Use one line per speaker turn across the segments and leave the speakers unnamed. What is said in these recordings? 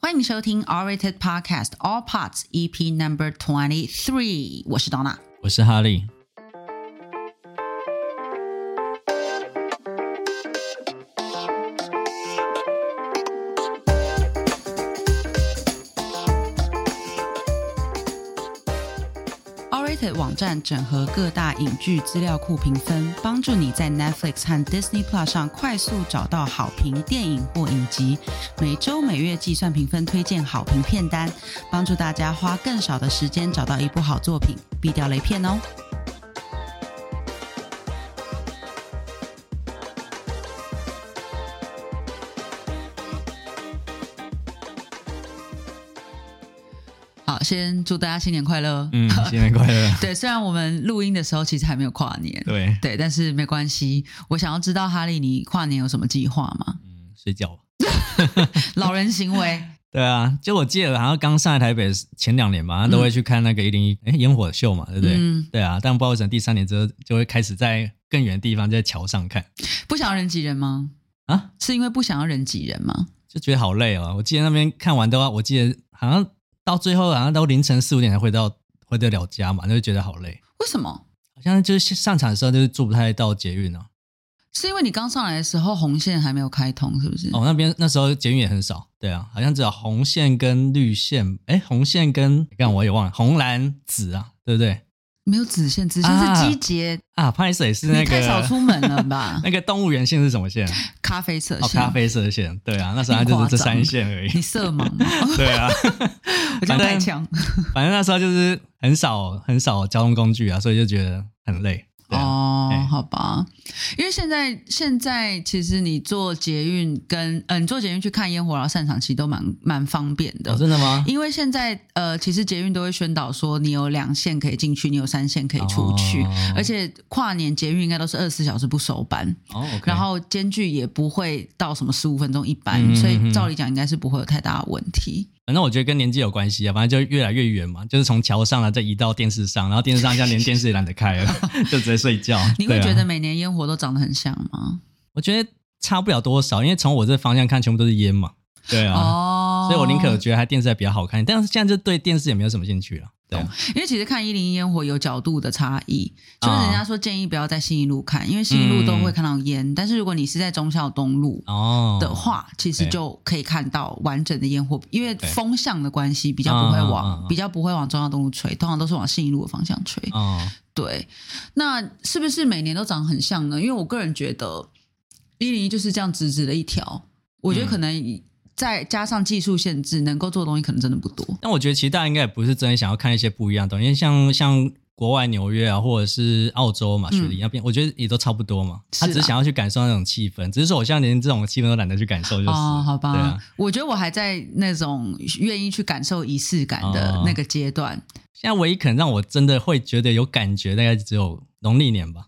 欢迎收听 All Rated Podcast All Parts EP Number Twenty Three，我是 Donna。
我是哈利。
All Rated 网站整合各大影剧资料库评分，帮助你在 Netflix 和 Disney Plus 上快速找到好评电影或影集。每周每月计算评分，推荐好评片单，帮助大家花更少的时间找到一部好作品，避掉雷片哦。好，先祝大家新年快乐！。
嗯，新年快乐
对，虽然我们录音的时候其实还没有跨年，
对，
对，但是没关系。我想要知道哈利，你跨年有什么计划吗？
嗯，睡觉吧。
老人行为，
对啊，就我记得好像刚上来台北前两年吧，他都会去看那个一零一哎烟火秀嘛，对 不对？
嗯，
对啊，但不知道为什么第三年之后就会开始在更远的地方，在桥上看
不想要人挤人吗？
啊，
是因为不想要人挤人吗？
就觉得好累哦。我记得那边看完都要，我记得好像到最后好像都凌晨四五点才回到回得了家嘛，就觉得好累。
为什么？
好像就是上场的时候就是坐不太到捷运哦。
是因为你刚上来的时候红线还没有开通，是不是？
哦，那边那时候捷运也很少，对啊，好像只有红线跟绿线，哎，红线跟你看我也忘了，红蓝紫啊，对不对？
没有紫线，紫线是
啊
机捷，
啊，潘水是那
你
个
太少出门了 吧？
那个动物园线是什么线？
咖啡色
哦，
线，
咖啡色线，对啊，那时候它就是这三线而已，
你色盲吗？
对啊，
我觉得太强
反正那时候就是很少很少交通工具啊，所以就觉得很累。对啊、
哦
哎，
好吧，因为现在现在其实你坐捷运跟嗯、呃你坐捷运去看烟火，然后散场其实都蛮蛮方便的。
哦，真的吗？
因为现在呃，其实捷运都会宣导说，你有两线可以进去，你有三线可以出去，
哦
而且跨年捷运应该都是二十四小时不收班，
哦，OK，
然后间距也不会到什么十五分钟一班，
嗯
所以
嗯嗯
照理讲应该是不会有太大的问题。
反正我觉得跟年纪有关系啊，反正就越来越远嘛，就是从桥上啊再移到电视上，然后电视上现在连电视也懒得开了， 就直接睡觉。
你会
对啊
觉得每年烟火都长得很像吗？
我觉得差不了多少，因为从我这方向看，全部都是烟嘛。对啊，
哦，
所以我宁可觉得它电视还比较好看，但是现在就对电视也没有什么兴趣了。对啊，
因为其实看一零一烟火有角度的差异，就是人家
啊
说建议不要在信义路看，因为信义路都会
嗯
看到烟，但是如果你是在忠孝东路
哦
的，话，其实
对
就可以看到完整的烟火，因为
对
风向的关系比较不会
嗯嗯
往
嗯嗯
比较不会往忠孝东路吹，通常都是往信义路的方向吹。
哦，
对，那是不是每年都长很像呢？因为我个人觉得一零一就是这样直直的一条，我觉
嗯
得可能再加上技术限制，能够做的东西可能真的不多。
但我觉得其实大家应该也不是真的想要看一些不一样的东西，因为像像国外纽约啊，或者是澳洲嘛，雪梨那边，我觉得也都差不多嘛。
嗯是啊
他只是想要去感受那种气氛，只是说我现在连这种气氛都懒得去感受，就是
哦，好吧，
对啊。
我觉得我还在那种愿意去感受仪式感的
哦
那个阶 段。
现在唯一可能让我真的会觉得有感觉，大概只有农历年 吧，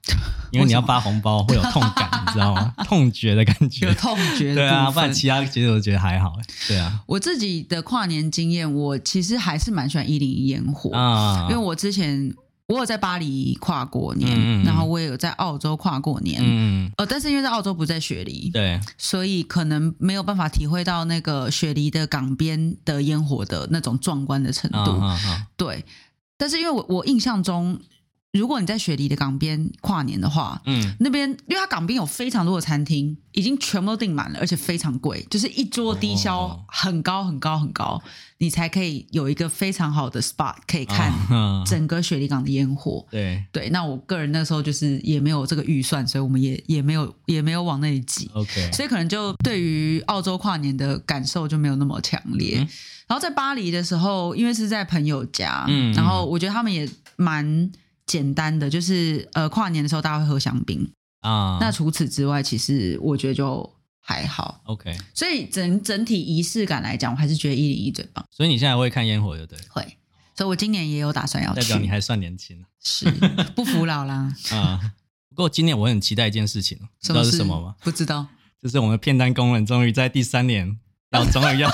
因为你要发红包会有痛感，你知道吗？痛觉的感
有
觉。
痛觉
对
的
啊，
部
不然
分。
其他其实我觉得还好。对啊，
我自己的跨年经验，我其实还是蛮喜欢一零一烟火，
啊，
因为我之前我有在巴黎跨过年，
嗯嗯嗯
然后我也有在澳洲跨过年，
嗯，
呃，但是因为在澳洲不在雪梨，
对，
所以可能没有办法体会到那个雪梨的港边的烟火的那种壮观的程
啊
度。
啊啊，
对，但是因为我我印象中，如果你在雪梨的港边跨年的话，
嗯，
那边因为它港边有非常多的餐厅，已经全部都订满了，而且非常贵，就是一桌低消
哦
很高很高很高，你才可以有一个非常好的 spot 可以看
啊
整个雪梨港的烟火。
对
对，那我个人那时候就是也没有这个预算，所以我们也也没有也没有往那里挤。
，OK，
所以可能就对于澳洲跨年的感受就没有那么强烈。
嗯
然后在巴黎的时候，因为是在朋友家，
嗯
然后我觉得他们也蛮简单的，就是呃跨年的时候大家会喝香槟。
啊，
那除此之外，其实我觉得就还好。
OK，
所以整整体仪式感来讲，我还是觉得一零一最棒。
所以你现在会看烟火，对不对？
会，所以我今年也有打算要
代
去
表，你还算年轻
是不服老 啦。
啊。不过今年我很期待一件事情，你知
什
道
么
是
事
什么吗？？
不知道，
就是我们片单工人终于在第三年要终于 要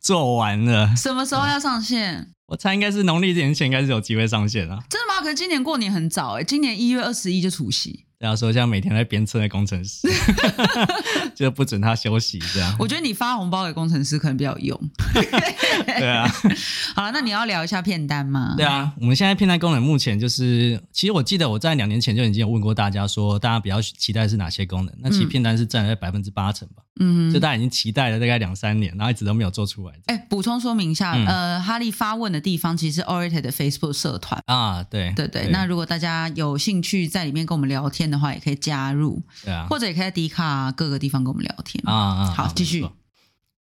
做完了。
什么时候要上 线？
我猜应该是农历年前应该是有机会上线啊。
欸真的吗？可是今年过年很早哎、今年一月二十一就除夕。
对啊，说像每天在鞭策的工程师， 就不准他休息这样。
我觉得你发红包给工程师可能比较有用。
对啊，
好了，那你要聊一下片单吗？
对啊，我们现在片单功能目前就是，其实我记得我在两年前就已经有问过大家说，大家比较期待是哪些功能？那其实
嗯
片单是占了百分之八成吧，
嗯
就。大家已经期待了大概两三年，然后一直都没有做出来。
哎，补充说明一下，
嗯
呃，哈利发问的地方其实是 Orated 的 Facebook 社团，
啊，对
对对。那如果大家有兴趣在里面跟我们聊天的话，也可以加入，
对啊，
或者也可以在迪卡各个地方跟我们聊天。
啊啊，
好
啊
继续。
没错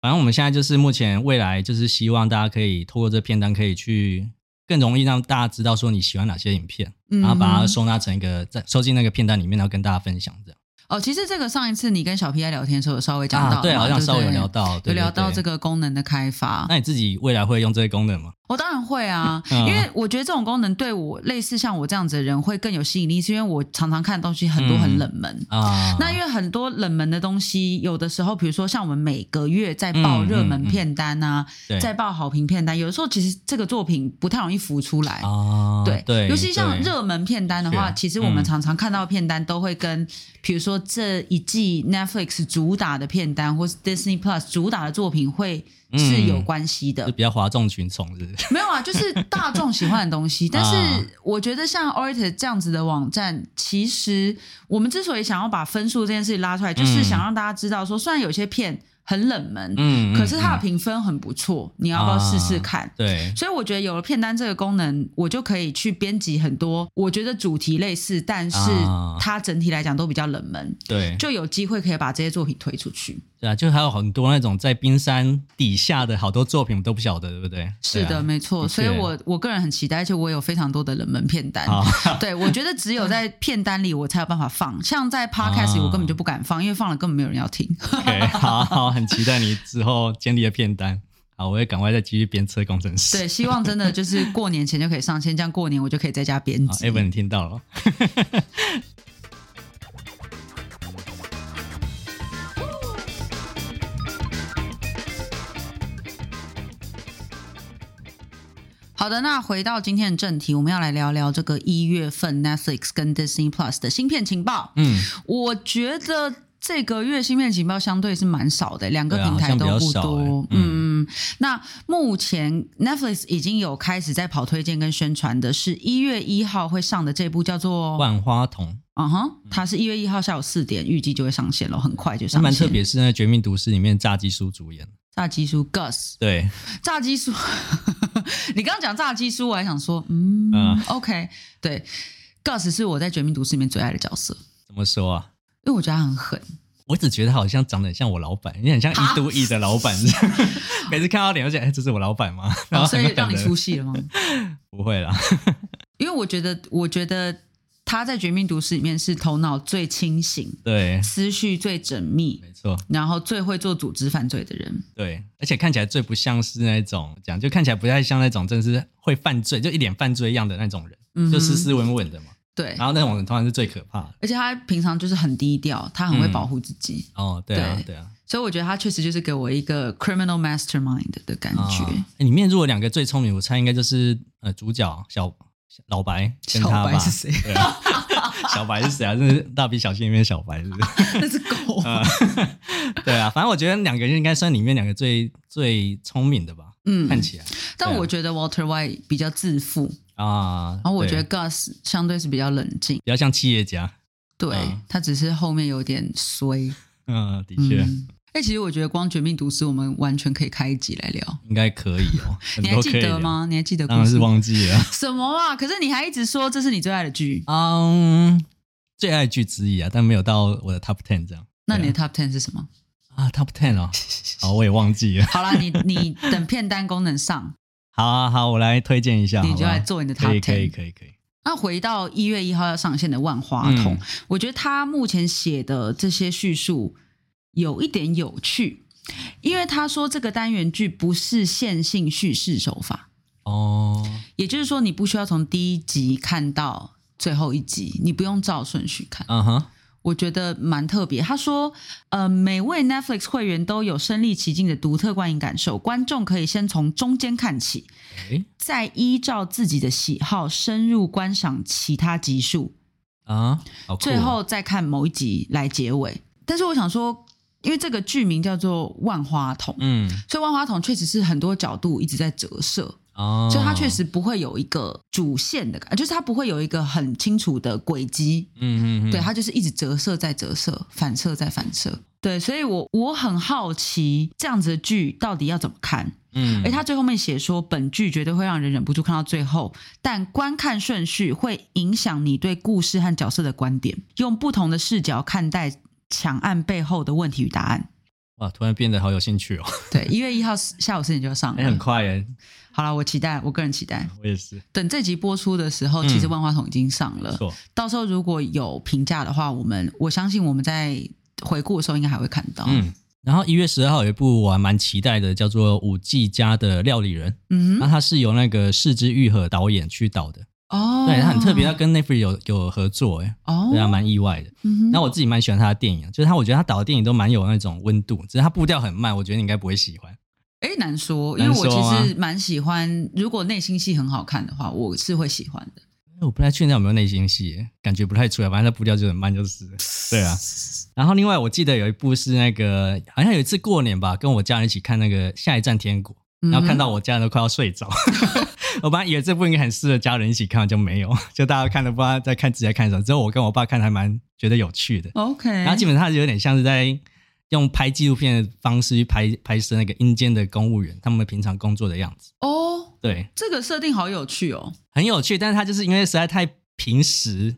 反正我们现在就是目前未来就是希望大家可以透过这片单可以去更容易让大家知道说你喜欢哪些影片，
嗯
然后把它收纳成一个在收进那个片单里面，然后跟大家分享这样。
哦，其实这个上一次你跟小 P 在聊天的时候有稍微讲到嘛、
啊，对，好像
不
稍微有聊到，
有
对
聊到这。
对对
个功能的开发。
那你自己未来会用这个功能吗？
我当然会啊，
嗯
因为我觉得这种功能对我类似像我这样子的人会更有吸引力，是因为我常常看的东西很多
嗯
很冷门。
啊，
那因为很多冷门的东西，有的时候，比如说像我们每个月在报
嗯
热门
嗯嗯
片单啊，
对
在报好评片单，有的时候其实这个作品不太容易浮出来。
啊，
对
对，
尤其像
对
热门片单的话，
是
其实我们
嗯
常常看到的片单都会跟，比如说这一季 Netflix 主打的片单，或是 Disney Plus 主打的作品会是有关系的。
就比较哗众取宠，是不是？
没有啊，就是大众喜欢的东 西。但
啊
是我觉得像 Orator 这样子的网站，其实我们之所以想要把分数这件事情拉出来，就是想让大家知道说，虽然有些片很冷门，
嗯，
可是它的
嗯
评分很不错，你要不要试试看？
嗯对
所以我觉得有了片单这个功能，我就可以去编辑很多我觉得主题类似，但是
啊哎
它整体来讲都比较冷门，
对，
就有机会可以把这些作品推出去。
对啊，就还有很多那种在冰山底下的好多作品，我们都不晓得，对不对？
是
对
的，
啊
没错。
的
所以
确
我我个人很期待，而且我有非常多的冷门片单。
好，
对，我觉得只有在片单里我才有办法放，像在 podcast 里我根本就不敢放，因为放了根本没有人要听。
OK，好 好，很期待你之后建立的片单。好，我也赶快再继续鞭策工程师。
对，希望真的就是过年前就可以上线，这样过年我就可以在家编
好
辑。
，Evan 你听到了。哦
好的，那回到今天的正题，我们要来聊聊这个一月份 Netflix 跟 Disney Plus 的新片情报。
嗯，
我觉得这个月芯片情报相对是蛮少的，两个
对啊
平台都
好像比
不
较少
多。
欸
嗯那目前 Netflix 已经有开始在跑推荐跟宣传的，是一月一号会上的这部叫做
万花筒，
嗯哼，它是一月一号下午四点预计就会上线了，很快就
那
上线。
蛮特别，是那《绝命毒师》里面炸鸡叔主演。
炸鸡叔 Gus，
对，
炸鸡叔， 你刚刚讲炸鸡叔，我还想说，嗯
嗯
o k 对，Gus 是我在《绝命毒师》里面最爱的角色，
怎么说啊？
因为我觉得他很狠。
我只觉得他好像长得很像我老板，你很像一都一的老 板。每次看到脸，我就想，哎，这是我老板吗？然
哦、
后
所
很
以
狠
让你
的
出戏了吗？
不会啦。
因为我觉得，我觉得他在《绝命毒师》里面是头脑最清醒、
对，
思绪最缜密，
没错，
然后最会做组织犯罪的人。
对，而且看起来最不像是那种讲，就看起来不太像那种真的是会犯罪，就一脸犯罪样的那种人，
嗯哼
就斯斯文文的嘛。
对，
然后那种人通常是最可怕的。
而且他平常就是很低调，他
嗯
很会保护自己，
哦，对啊
对，
对啊，
所以我觉得他确实就是给我一个 criminal mastermind 的感觉。
啊里面如果两个最聪明，我猜应该就是呃主角小小老白跟
小
他吧。
白是谁？
对啊 小白是谁啊？这是蜡笔小新里面的小白是 不是？
那是狗。啊
对啊，反正我觉得两个人应该算里面两个最最聪明的吧，
嗯，
看起来
但
对啊
我觉得 Walter White 比较自负，
啊。
然后我
对
觉得 Gus 相对是比较冷静，
比较像企业家，
对、
嗯
他只是后面有点衰。
嗯，的确、
嗯，哎、其实我觉得光《绝命毒师》，我们完全可以开一集来聊。
应该可以哦，很
你还
多
记
可以
得
聊？
吗？你还记得故
当然
事
是
吗？
忘记了。
什么啊？可是你还一直说这是你最爱的剧，
嗯，最爱剧之一啊，但没有到我的 top ten 这样
那你的 top ten 是什么？
啊，top ten 哦，好，我也忘记了。
好啦，你你等片单功能上，
好啊，好，我来推荐一下，
你
好不
就
好
来做你的
可
top
以，可以，
ten。
可以，可以。
那回到一月一号要上线的《万花筒》
嗯，
我觉得他目前写的这些叙述有一点有趣，因为他说这个单元剧不是线性叙事手法，
哦，
也就是说，你不需要从第一集看到最后一集，你不用照顺序看。
嗯哼，
我觉得蛮特别。他说，呃，每位 Netflix 会员都有身临其境的独特观影感受，观众可以先从中间看起，
诶，
再依照自己的喜好深入观赏其他集数。
啊，好酷哦
最后再看某一集来结尾。但是我想说，因为这个剧名叫做《万花筒》，
嗯
所以万花筒确实是很多角度一直在折射，
哦，
所以它确实不会有一个主线的感就是它不会有一个很清楚的轨迹。
嗯嗯嗯，
对，它就是一直折射再折射，反射再反射。对，所以我我很好奇这样子的剧到底要怎么看。
嗯，
而他最后面写说，本剧绝对会让人忍不住看到最后，但观看顺序会影响你对故事和角色的观点，用不同的视角看待抢案背后的问题与答案。
哇，突然变得好有兴趣哦，
对，一月一号下午四点就要上
哎、很
了。
快耶，
好了，我期待，我个人期待。
我也是，
等这集播出的时候，其实
嗯
万花筒已经上
不
了。哦
错，
到时候如果有评价的话，我们我相信我们在回顾的时候应该还会看到。
嗯。然后一月十二号有一部我还蛮期待的，叫做《五 G 家的料理人》，
嗯
那
哼，
它是由那个四之愈合导演去导的，
哦，
对，它很特别，它跟 Netflix 有有合作，哎，
哦，
对，还蛮意外的。
嗯哼
那我自己蛮喜欢他的电影，就是他，我觉得他导的电影都蛮有那种温度，只是他步调很慢，我觉得你应该不会喜欢。
哎，难说，因
难
为我
说啊吗
其实蛮喜欢，如果内心戏很好看的话，我是会喜欢的。
我不太确定他有没有内心戏耶，感觉不太出来，反正他步调就很慢，就是了。对啊。然后另外我记得有一部是那个，好像有一次过年吧，跟我家人一起看那个《下一站天国》，然后看到我家人都快要睡着。 我本来以为这部应该很适合家人一起看，就没有，就大家看都不知道在看自己在看什么。之后我跟我爸看还蛮觉得有趣的。
嗯哼 OK，
然后基本上它有点像是在用拍纪录片的方式去拍拍摄那个阴间的公务员他们平常工作的样子。
哦，
对，
这个设定好有趣哦。
很有趣，但是它就是因为实在太平实，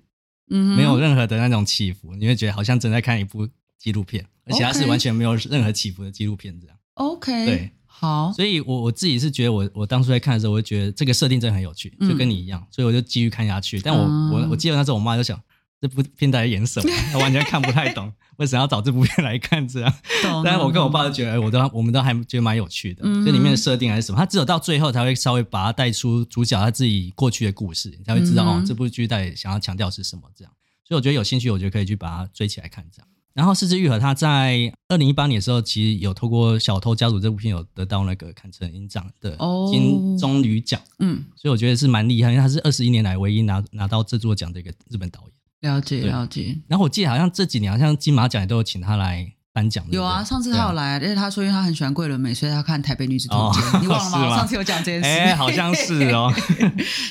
嗯哼，
没有任何的那种起伏，你会觉得好像正在看一部纪录片，而且它
OK
是完全没有任何起伏的纪录片这样。
哦 OK，
对，
好，
所以我我自己是觉得我我当初在看的时候，我就觉得这个设定真的很有趣，
嗯
就跟你一样，所以我就继续看下去。但我、
嗯
我我记得那时候我妈就想。这部片到底在演什么？我完全看不太懂， 为什么要找这部片来看？这样，
懂
但是我跟我，爸
懂
就觉得，哎我都我们都还觉得蛮有趣的，
哦嗯哼
这里面的设定还是什么，他只有到最后才会稍微把它带出主角他自己过去的故事，你才会知道、
嗯哼
哦，这部剧到底想要强调是什么这样。所以我觉得有兴趣，我觉得可以去把它追起来看这样。然后《四肢愈合》他在二零一八年的时候，其实有透过《小偷家族》这部片有得到那个坎城影展的
哦
金棕榈奖，
嗯，
所以我觉得是蛮厉害，因为他是二十一年来唯一拿拿到这座奖的一个日本导演。
了解
对
了解。
然后我记得好像这几年好像金马奖也都有请他来颁奖，对
有
不对
啊，上次他有。来，而且他说因为他很喜欢桂纶镁，所以他看《台北女子图鉴》
哦
你忘了
是
吗？
吗
我上次有讲 这件事，
哎、好 像是哦，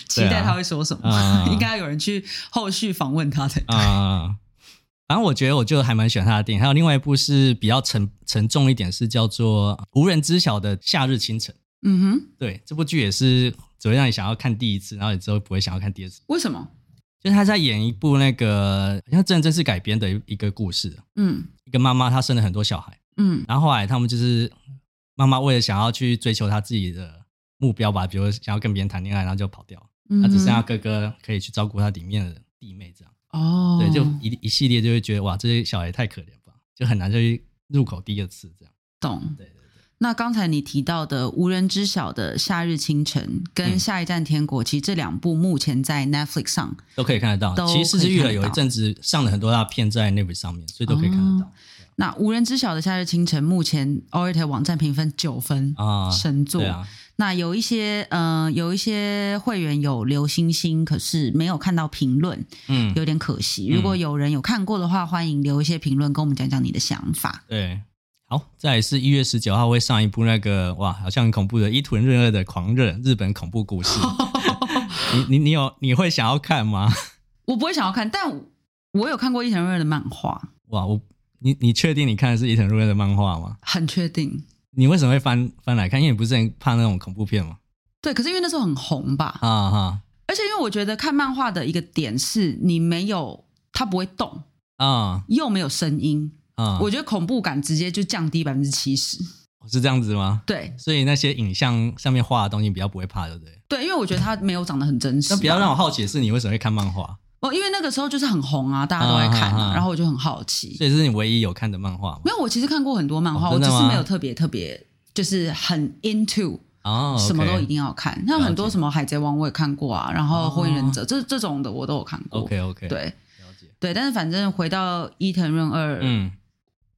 期待他会说什么，
嗯
应该有人去后续访问他才对。
啊、反正我觉得我就还蛮喜欢他的电影。还有另外一部是比较沉沉重一点，是叫做《无人知晓的夏日清晨》。
嗯哼，
对，这部剧也是只会让你想要看第一次，然后你之后不会想要看第二次。
为什么？
就是他在演一部那个好像真人真事改编的一一个故事，
嗯
一个妈妈她生了很多小孩，
嗯
然后后来他们就是妈妈为了想要去追求她自己的目标吧，比如想要跟别人谈恋爱，然后就跑掉了，
嗯哼，
啊她只剩下哥哥可以去照顾她里面的弟妹这样。
哦，
对，就一一系列就会觉得哇，这些小孩太可怜吧，就很难就去入口第二次这样。
懂。
对对对，
那刚才你提到的《无人知晓的夏日清晨》跟《
嗯
下一站天国》，其实这两部目前在 Netflix 上。
都可以看得
都
到。其实《四肢愈合
可》以看得
有
到
一阵子上了很多大片在 Netflix 上面，所以都可以看得到。
那《无人知晓的夏日清晨》目前 o r a t 网站评分九分
啊
哦神作。
对啊，
那有一些呃，有一些会员有留星星，可是没有看到评论，
嗯，
有点可惜。
嗯
如果有人有看过的话，欢迎留一些评论，跟我们讲讲你的想法。
对。好，再来是一月十九号会上一部那个哇，好像很恐怖的伊藤润二的《狂热》日本恐怖 故事。你你你有你会想要看吗？
我不会想要看，但我有看过伊藤润二的漫画，
哇，我你你确定你看的是伊藤润二的漫画吗？
很确定。
你为什么会翻翻来看？因为你不是很怕那种恐怖片吗？
对，可是因为那时候很红吧，
啊哈
而且因为我觉得看漫画的一个点是，你没有它不会动，
啊
又没有声音，
啊！
我觉得恐怖感直接就降低百分之七十。
是这样子吗？
对
所以那些影像上面画的东西比较不会怕，对不对？
对，因为我觉得它没有长得很真实。啊
那比较让我好奇的是，你为什么会看漫画？
哦，因为那个时候就是很红啊，大家都在看
啊啊
啊，
啊
然后我就很好奇。
所以这是你唯一有看的漫画吗
没？有，我其实看过很多漫画，
哦
我
真
只
的吗
是没有特别特别，就是很 into
哦，OK，
什么都一定要看。像很多什么海贼王我也看过啊，然后
哦
火影忍者这这种的我都有看过。
OK OK，，
对
了解。
对，但是反正回到伊藤润二，
嗯，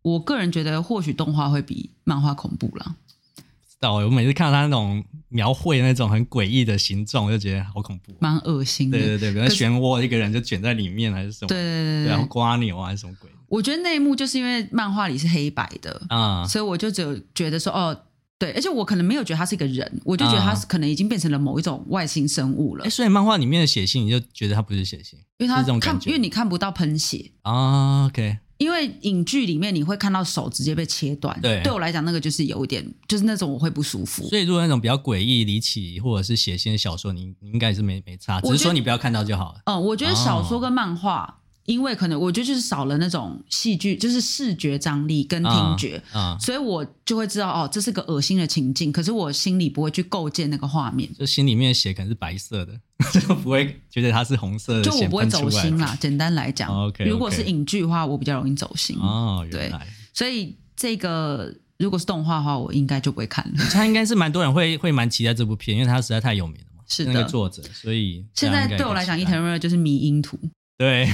我个人觉得，或许动画会比漫画恐怖啦。
知道欸。我每次看到他那种描绘那种很诡异的形状，我就觉得好恐怖。
蛮恶心的。
对对对，比如
可是
漩涡，一个人就卷在里面还是什么？
对对对
然后
对，
瓜牛啊还是什么鬼
我觉得那一幕就是因为漫画里是黑白的，
啊？
所以我就只有觉得说，哦，对，而且我可能没有觉得他是一个人，我就觉得他
啊
是可能已经变成了某一种外星生物了
哎，，所以漫画里面的血腥，你就觉得它不是血腥
因为
是
他
这种
看
感，觉
因为你看不到喷血，
啊？OK，
因为影剧里面你会看到手直接被切断，
对
我来讲那个就是有一点，就是那种我会不舒服。
所以如果那种比较诡异、离奇或者是血腥的小说，你你应该也是没没差，只
我
是
觉
说
得
你不要看到就好了。
嗯，我觉得
哦
小说跟漫画，因为可能我觉得就是少了那种戏剧，就是视觉张力跟听觉，
啊，
所以我就会知道哦，这是个恶心的情境，可是我心里不会去构建那个画面，
就心里面的血可能是白色的， 就不会觉得它是红色的血
就
喷出
我
来。
不会走心啦。简单来讲、
哦，OK，OK
如果是影剧的话，我比较容易走心，
哦，
对
原来
所以这个如果是动画的话，我应该就不会看 了。
他应该是蛮多人会会蛮期待这部片，因为它实在太有名了嘛。
是的
那个作者，所以
现
大
在
家应该
对我来讲，
也
伊
期待
藤润二就是迷音图，
对，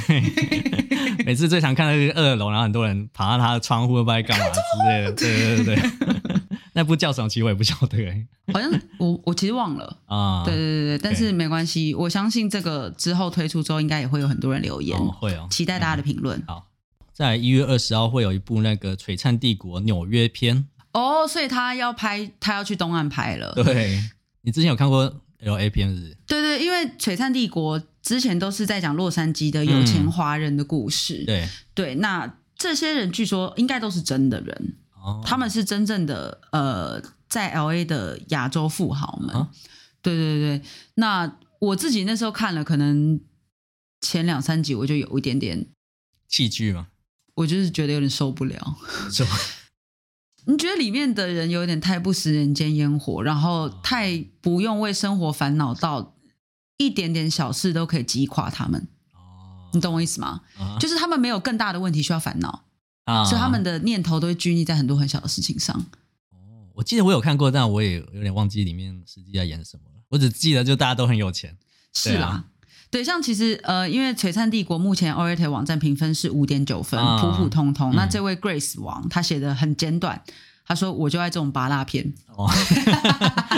每次最常看到就是二楼，然后很多人爬到他的窗户，不知道在干嘛之类的。对对对对， 那部叫什么？其实我也不晓得欸
好像我我其实忘了。
啊。
对对对对，但是没关系，我相信这个之后推出之后，应该也会有很多人留言，
哦，会哦。
期待大家的评论。
在一月二十号会有一部那个《璀璨帝国》纽约 篇。
哦，所以他要拍，他要去东岸拍了。
对， 你之前有看过 L A 片是不是？
对对，因为《璀璨帝国》之前都是在讲洛杉矶的有钱
嗯
华人的故事。
对，
对，那这些人据说应该都是真的人，
哦，
他们是真正的呃，在 L A 的亚洲富豪们。
啊
对对对，对那我自己那时候看了，可能前两三集我就有一点点，
器具 嘛，
我就是觉得有点受不了。
是吧？
你觉得里面的人有点太不食人间烟火，然后太不用为生活烦恼到一点点小事都可以击垮他们，
哦
你懂我意思吗？
啊
就是他们没有更大的问题需要烦恼，
啊
所以他们的念头都会拘泥在很多很小的事情上。
哦我记得我有看过，但我也有点忘记里面实际在演什么了。我只记得就大家都很有钱。啊
是啦，对，像其实呃，因为璀璨帝国目前 o r a t e 网站评分是五点九分，
啊
普普通通。
嗯
那这位 Grace 王他写的很简短，他说我就爱这种拔辣片。
哦，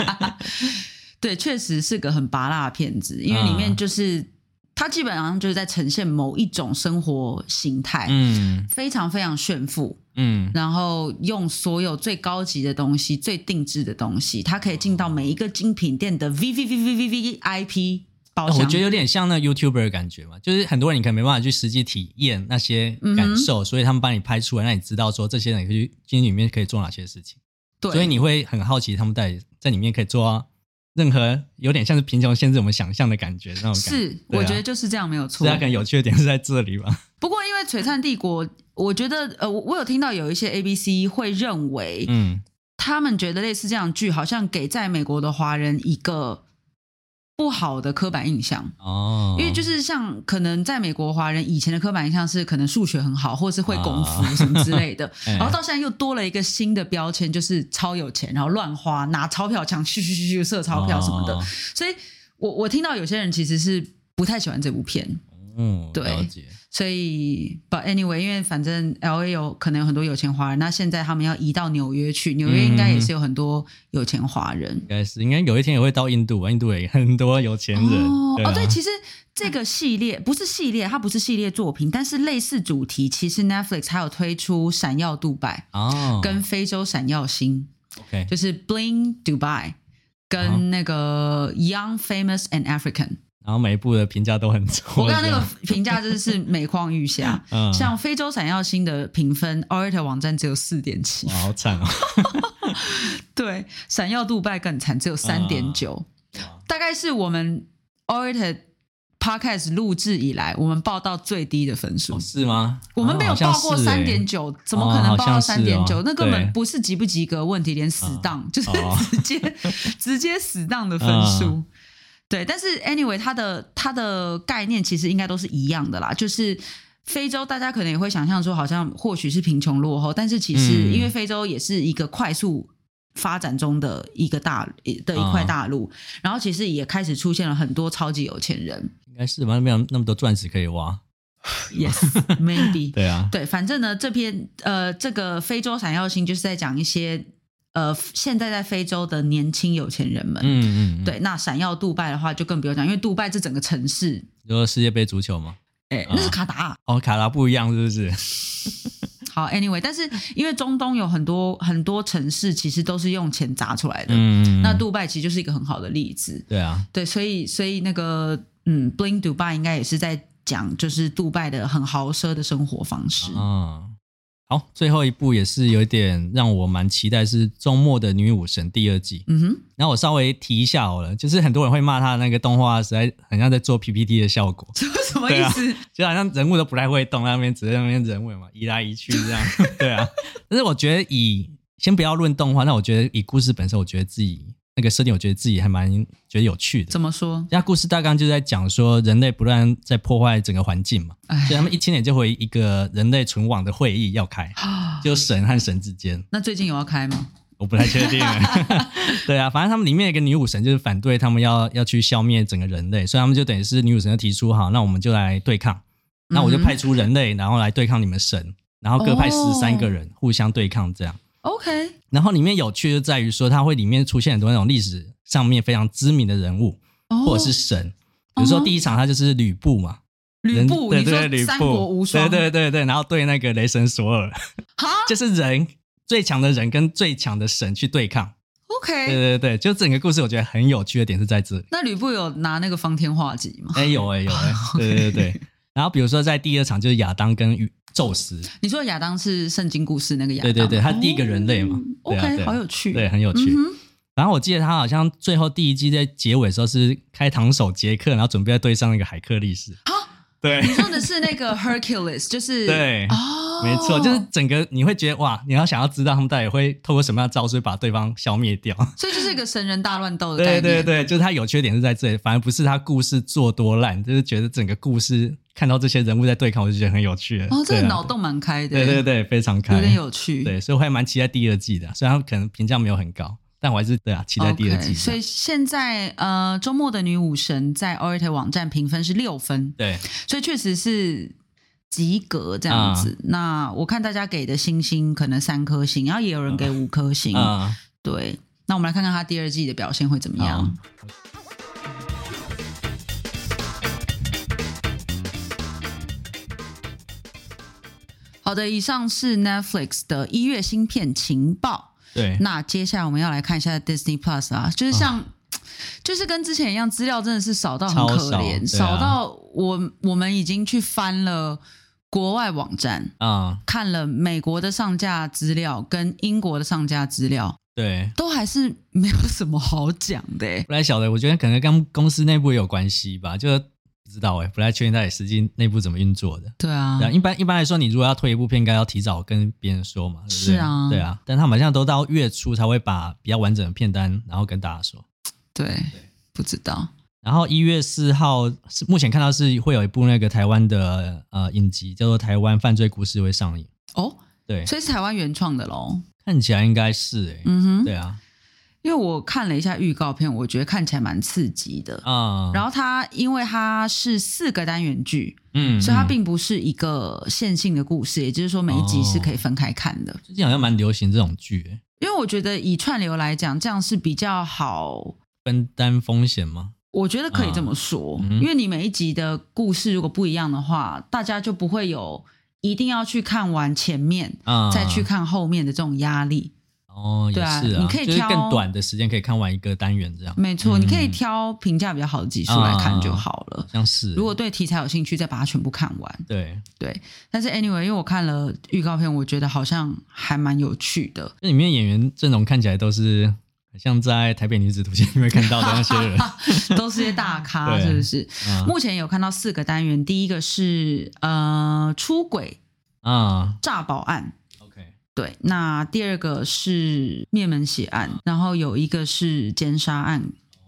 对，确实是个很拔辣的片子，因为里
啊
面就是、它基本上就是在呈现某一种生活形态，
嗯
非常非常炫富，
嗯，
然后用所有最高级的东西、最定制的东西，它可以进到每一个精品店的 V V V V V V I P 包
哦
厢。
我觉得有点像那 YouTuber 的感觉嘛，就是很多人你可能没办法去实际体验那些
嗯
感受，所以他们帮你拍出来，让你知道说这些人可以去进里面可以做哪些事情，
对，
所以你会很好奇他们到底在里面可以做到任何有点像是贫穷限制我们想象的感觉那种感觉。
是、
对啊
我觉得就是这样没有错
所以它。可能有趣的点是啊在这里 吧。
不过因为璀璨帝国，我觉得呃，我我有听到有一些 A B C 会认为，
嗯，
他们觉得类似这样的剧，好像给在美国的华人一个不好的刻板印象。
哦，
因为就是像可能在美国华人以前的刻板印象是可能数学很好，或是会功夫
啊
什么之类的，
哎
然后到现在又多了一个新的标签，就是超有钱，然后乱花，拿钞票枪咻咻咻咻射钞票什么的。
哦
所以我我听到有些人其实是不太喜欢这部片，
嗯，
对
了解。
所以 but anyway，因为反正 L A 有可能有很多有钱华人，那现在他们要移到纽约去，纽约应
嗯
该也是有很多有钱华人。
应该是，应该有一天也会到印度啊吧，印度也很多有钱人。
哦哦，
啊
对，其实这个系列不是系列，它不是系列作品，但是类似主题，其实 Netflix 还有推出《闪耀杜拜
哦》，
跟《非洲闪耀星
OK，》，
就是《Bling Dubai》
哦
跟那个《Young Famous and African
然后每一部的评价都很》。错。
我看那
这
个
样。
评价真的是每况愈下
嗯
像《非洲闪耀星》的评分 o r a t o 网站只有四点七
哇，，好惨哦。
对，《闪耀杜拜》更惨，只有三点九。
哇
大概是我们 Orated Podcast 录制以来，我们报到最低的分数。
哦是吗？
我们没有
哦
报过三点，九，怎么可能报到
好
三
像是
点
哦
九？那根本
对
不是及不及格问题，连死当、就是
哦
直接、 直接死当的分数。
嗯
对，但是 anyway，它的它的概念其实应该都是一样的啦，就是。非洲大家可能也会想象说，好像或许是贫穷落后，但是其实
嗯
因为非洲也是一个快速发展中的一个大的一块
嗯
大陆，然后其实也开始出现了很多超级有钱人。
对应该是吧？那没有那么多钻石可以挖。
Yes，maybe
对啊，
对，反正呢，这篇呃，这个非洲闪耀星就是在讲一些呃现在在非洲的年轻有钱人们。
嗯嗯，嗯，
对，那闪耀杜拜的话就更不用讲，因为杜拜这整个城市，
你说世界杯足球吗？
哎、
啊
那是卡达、
哦，卡拉不一样是不是？
好，anyway，但是因为中东有很多很多城市其实都是用钱砸出来的，
嗯，嗯嗯
那杜拜其实就是一个很好的例子。
对啊，
对，所以所以那个嗯，Bling Dubai 应该也是在讲就是杜拜的很豪奢的生活方式。
嗯，好，最后一部也是有一点让我蛮期待，是《周末的女武神》第二季。
嗯哼，
然后我稍微提一下好了，就是很多人会骂他的那个动画实在很像在做 PPT 的 效果，
这什么意思？
就好像人物都不太会动，那边只是那边人物嘛移来移去这样。 对啊，但是我觉得以先不要论动画，那我觉得以故事本身，我觉得自己那个设定，我觉得自己还蛮觉得有趣的。
怎么 说？
那故事大纲就在讲说，人类不断在破坏整个环境嘛，
哎
所以他们一千年就会一个人类存亡的会议要 开，
啊，
就神和神之间。
那最近有要开吗？
我不太确 定。 对啊，反正他们里面有一个女武神就是反对他们要要去消灭整个人类，所以他们就等于是女武神就提出好，那我们就来对抗。那我就
嗯哼
派出人类，然后来对抗你们神，然后各派十
哦
三个人、互相对抗这样。
OK，
然后里面有趣就在于说，它会里面出现很多那种历史上面非常知名的人物
哦
或者是神，比如说
哦
第一场他就是吕布嘛，
吕
人
布，
对
你
对
说
吕
三
布
国无双，
对对对对，然后对那个雷神索尔，
哈
就是人最强的人跟最强的神去对抗。对
，OK。
对对，就整个故事我觉得很有趣的点是在这里。
那吕布有拿那个方天画戟吗？
哎、有哎、有哎、对对对。 然后比如说在第二场就是亚当跟宇宙斯，
你说亚当是圣经故事那个亚当
对
吗，
对对他第一个人类嘛
哦
对啊对
OK，
啊
好有趣，
对，很有趣。
嗯哼
然后我记得他好像最后第一季在结尾的时候是开膛手杰克，然后准备要对上那个海克力士。
啊，
对，
你说的是那 个 Hercules，就是
对
哦，
没错，就是整个你会觉得哇，你要想要知道他们到底会透过什么样的招数把对方消灭掉。
所以就是一个神人大乱斗的概
对
念。
对对，就是它有缺点是在这里，反而不是它故事做多烂，就是觉得整个故事看到这些人物在对抗，我就觉得很有趣了。
哦，这
对
个
啊
脑洞蛮开的。
对对对，非常开，
有点有趣。
对，所以我还蛮期待第二季的，虽然可能评价没有很高，但我还是对啊，期待第二季
OK，
的。
所以现在呃，周末的女武神在 o r i t 网站评分是六分，
对，
所以确实是及格这样子。那我看大家给的星星可能三颗星，然后也有人给五颗星。
嗯，
对，那我们来看看他第二季的表现会怎么样。好的，以上是 Netflix 的一月新片情报。
对，
那接下来我们要来看一下 Disney Plus 啊，就是像、就是跟之前一样，资料真的是少到很可怜，
超少对
少
啊
到我我们已经去翻了国外网站，
啊、
看了美国的上架资料跟英国的上架资料，
对，
都还是没有什么好讲的、欸。
不太晓得，我觉得可能跟公司内部也有关系吧，就不知道哎、不太确定到底实际内部怎么运作的。
对啊
对，啊，一般一般来说，你如果要推一部片，应该要提早跟别人说嘛，对不
是
对？
啊
对啊，但他们好像都到月初才会把比较完整的片单，然后跟大家说。
对，不知道。
然后一月四号是目前看到是会有一部那个台湾的呃影集，叫做《台湾犯罪故事》会上映。
哦，
对，
所以是台湾原创的喽。
看起来应该是哎、
嗯哼，
对啊，
因为我看了一下预告片，我觉得看起来蛮刺激的。
啊、
然后它因为它是四个单元剧，
嗯
所以它
嗯
并不是一个线性的故事，也就是说每一集是可以分开看的。
最近好像蛮流行这种剧、欸，
因为我觉得以串流来讲，这样是比较好，
分担风险吗？
我觉得可以这么说，
嗯嗯
因为你每一集的故事如果不一样的话，大家就不会有一定要去看完前面。
啊、
再去看后面的这种压力，
哦，也
对啊
是啊，
你可以
就是
挑
更短的时间可以看完一个单元这样，
没错，
嗯
你可以挑评价比较好的集数来看就好了
好。像是欸。
如果对题材有兴趣，再把它全部看完。
对，
对，但是 anyway，因为我看了预告片，我觉得好像还蛮有趣的。
这里面演员阵容看起来都是很像在《台北女子图鉴》里面看到的那些人
都是些大咖，
对
是不是？
嗯
目前有看到四个单元，第一个是呃出轨
啊。
诈保案，
OK，
对，那第二个是灭门血案，然后有一个是奸杀案，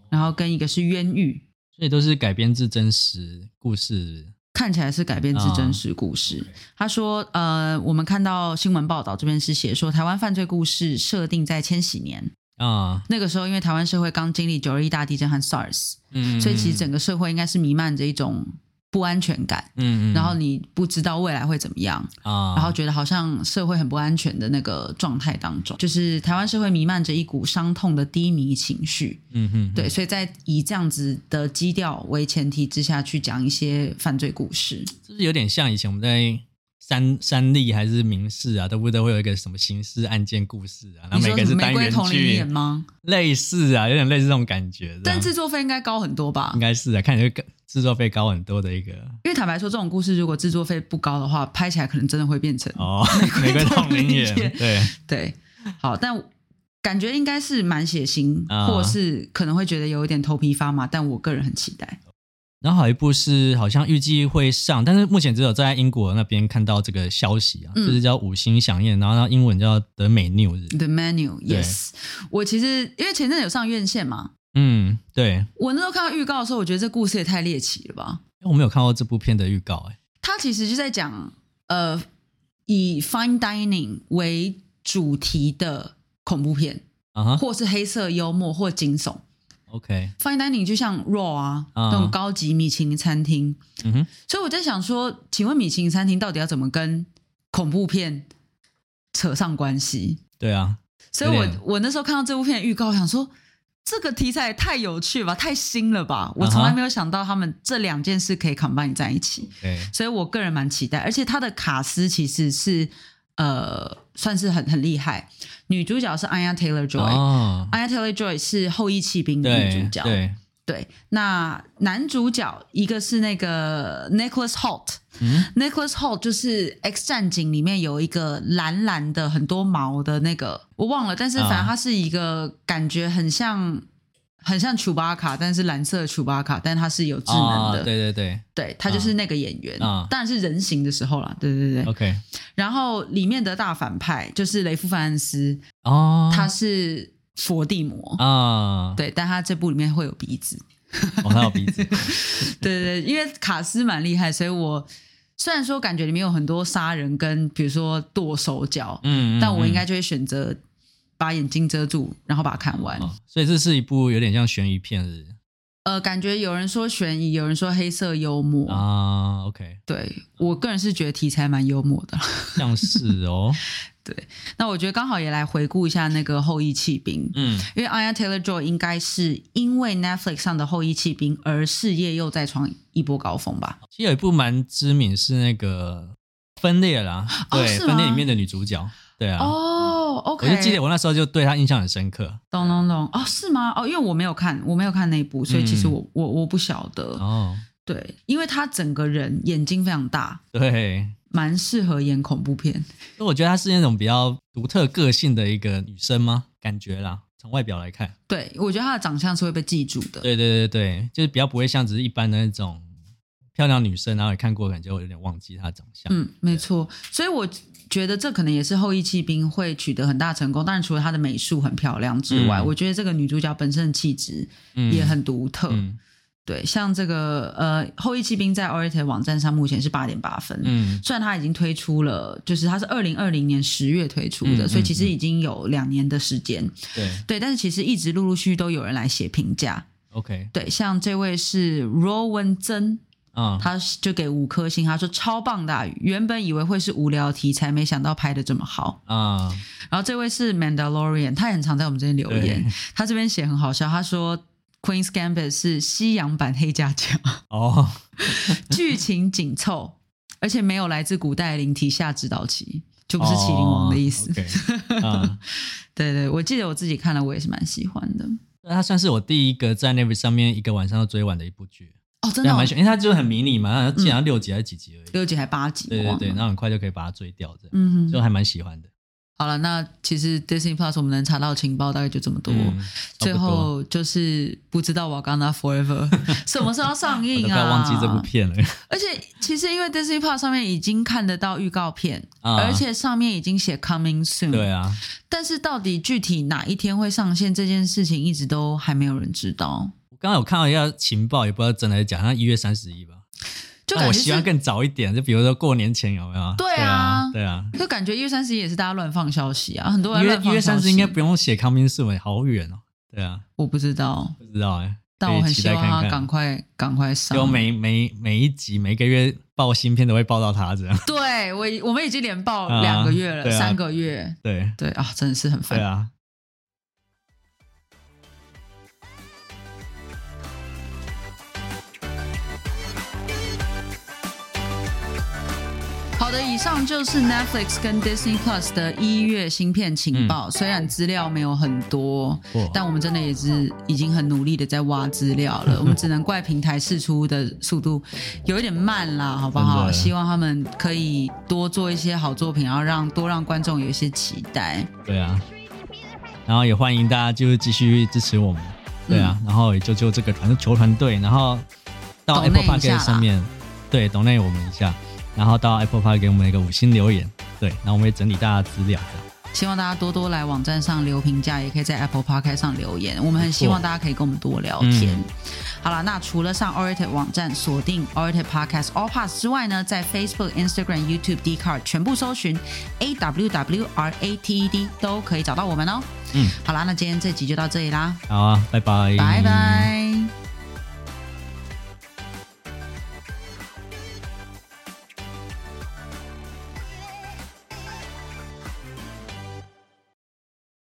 然后跟一个是冤狱，
所以都是改编自真实故事。
看起来是改编自真实故
哦
事。他说，呃，我们看到新闻报道这边是写说，台湾犯罪故事设定在千禧年。
啊，
那个时候，因为台湾社会刚经历九二一大地震和 SARS，
嗯
所以其实整个社会应该是弥漫着一种不安全感，
嗯嗯，
然后你不知道未来会怎么样，
啊，
然后觉得好像社会很不安全的那个状态当中，就是台湾社会弥漫着一股伤痛的低迷情绪。
嗯哼，
对，所以在以这样子的基调为前提之下去讲一些犯罪故事，
就是有点像以前我们在三三立还是民视啊，都不都会有一个什么刑事案件故事啊，然后
你
每
说
个
什么
人是
玫
单
瑰
元
同林
剧
演，吗？
类似啊，有点类似这种感觉。这
但
样
制作费应该高很多吧
应？该是啊，看起来就制作费高很多的一个
因为坦白说，这种故事如果制作费不高的话，拍起来可能真的会变成、
哦，玫瑰同林 演
玫瑰同林演
对，
对。好，但感觉应该是蛮血腥，
啊
或者是可能会觉得有一点头皮发麻，但我个人很期待。
然后还有一部是好像预计会上，但是目前只有在英国那边看到这个消息啊，
嗯
就是叫五星响宴，然后它英文叫德美 news。
The Menu
对
Yes，我其实因为前阵子有上院线嘛，
嗯，对，
我那时候看到预告的时候，我觉得这故事也太猎奇了吧。
我没有看过这部片的预告、哎，
它其实就在讲呃以 fine dining 为主题的恐怖片，
啊哈
或是黑色幽默或惊悚。
，OK，
fine dining 就像 raw 啊、
啊
那种高级米其林餐厅，
嗯哼，
所以我在想说，请问米其林餐厅到底要怎么跟恐怖片扯上关系？
对啊，
所以我
有点
我那时候看到这部片的预告，我想说这个题材也太有趣了吧，太新了吧！我从
啊
来
哈
没有想到他们这两件事可以 combine 在一起，
对，
所以我个人蛮期待。而且它的卡斯其实是呃算是很很厉害，女主角是 Anya Taylor Joy。
哦，
Anya Taylor Joy 是《后裔弃兵》的女
对
主角，
对，
对，那男主角一个是那个 Nicholas Holt。
嗯
Nicholas Holt 就是《X 战警》里面有一个蓝蓝的很多毛的那个，我忘了，但是反正
啊
他是一个感觉很像、很像楚巴卡，但是蓝色的楚巴卡，但他是有智能
啊，
的，
对对对
对他就是那个演员，
啊
当然是人形的时候啦，对对对。
，OK，
然后里面的大反派就是雷夫·凡恩斯，
哦，
他是佛地魔，
啊，
对，但他这部里面会有鼻子，
哦，他有鼻 子，
对对，对，因为卡斯蛮厉害，所以我虽然说感觉里面有很多杀人跟比如说剁手脚，
嗯，嗯
但我应。
嗯
该就会选择把眼睛遮住，然后把它看完。
哦所以这是一部有点像悬疑片是不
呃，感觉有人说悬疑，有人说黑色幽默，
是啊，OK，
对我个人是觉得题材蛮幽默的。
像是哦，
那我觉得刚好也来回顾一下那个《后裔弃兵》。
嗯，
因为 Anya Taylor Joy 应该是因为 Netflix 上的《后裔弃兵》而事业又再创一波高峰吧？
其实有一部蛮知名是那个分裂啦，
哦
对，
是吗
分裂里面的女主角，对啊，
哦，OK、
我
o k
就记得我那时候就对她印象很深刻。
懂懂懂哦，是吗？哦，因为我没有看，我没有看那一部，所以其实
嗯
我、我我不晓得。
哦，
对，因为他整个人眼睛非常大，
对，
蛮适合演恐怖片。
所以我觉得她是那种比较独特个性的一个女生吗？感觉啦，从外表来看，
对，我觉得他的长相是会被记住的。
对对对对，就是比较不会像只是一般的那种漂亮女生，然后也看过，感觉我有点忘记她的长相。
嗯，没错。所以我觉得这可能也是《后裔弃兵》会取得很大成功。但是除了她的美术很漂亮之外，
嗯
我觉得这个女主角本身的气质
嗯
也很独特。
嗯
对，像这个呃，《后裔弃兵》在 o r i t 网站上目前是八点八分。
嗯
虽然它已经推出了，就是它是二零二零年十月推出的，
嗯
所以其实已经有两年的时间。
对
对，但是其实一直陆陆续续都有人来写评价。
，OK
对，像这位是 Rowan 曾，
啊、
他就给五颗星，他说超棒的啊、原本以为会是无聊的题材，没想到拍的这么好。
啊、
然后这位是 Mandalorian，他也很常在我们这边留言，他这边写很好笑，他说。Queen's Gambit 是西洋版黑加强，
哦，
剧情紧凑，而且没有来自古代灵体下指导棋，就不是麒麟王的意思。
哦，OK，啊
对对，我记得我自己看了，我也是蛮喜欢的。
那它算是我第一个在 Netflix 上面一个晚上要追完的一部剧，
哦，真
对
的、
啊，
哦嗯
蛮喜，欢，因为它就是很迷你嘛，然后竟然六集还是几集而已，
六集还八集，
对
我
对
忘
对，
了
然后很快就可以把它追掉，这样，
嗯哼，
就还蛮喜欢的。
好了，那其实 Disney Plus 我们能查到的情报大概就这么多。
嗯，
最
差不多
后就是不知道《瓦甘达 Forever》什么时候要上
我都
映
快
啊？
忘记这部。片了，
而且其实因为 Disney Plus 上面已经看得到预告片，
啊
而且上面已经写 Coming Soon。
对啊，
但是到底具体哪一天会上线这件事情，一直都还没有人知道。
我刚刚有看到一下情报，也不知道真的还是假的，好像一月三十一吧。
就
但
感
哦我
觉
希望
是，
更早一点，就比如说过年前有没有？
对啊
啊，对啊。
就感觉一月三十也是大家乱放消息啊，很多
一
人
月
乱
一
放
月
消
三
息。
欸十应该不用写 coming soon，好远哦。对啊，
我不知道，
不知道哎，
但我很
期
希
待
望
看
他
看
赶快赶快上。
就每每每一集每个月报新片都会报到他这样。
对我已我们已经连报
啊
两个月了，
对啊
三个月，
对
对啊，真的是很
对
烦。
啊，
好的，以上就是 Netflix 跟 Disney Plus 的一月新片情报，
嗯
虽然资料没有很多。
我
嗯但我们真的也是已经很努力的在挖资料 了，我们只能怪平台释出的速度有一点慢啦，好不
真
好？
的
希望他们可以多做一些好作品，然后让多让观众有一些期待。
对啊，然后也欢迎大家就是继续支持我们，对
嗯
啊，然后也就就这个团球团队，然后到
抖内
Apple
一下啦
Podcast 上面，对，懂内我们一下，然后到 Apple Podcast 给我们一个五星留言，对，然后我们会整理大家的资料，
希望大家多多来网站上留评价，也可以在 Apple Podcast 上留言。我们很希望大家可以跟我们多聊天。
嗯
好了，那除了上 Orated 网站锁定 Orated Podcast All Pass 之外呢，在 Facebook、Instagram、YouTube、d c a r d 全部搜寻 A W W R A T E D 都可以找到我们哦。
嗯，
好啦，那今天这集就到这里啦，
好啊，拜拜，
拜。拜。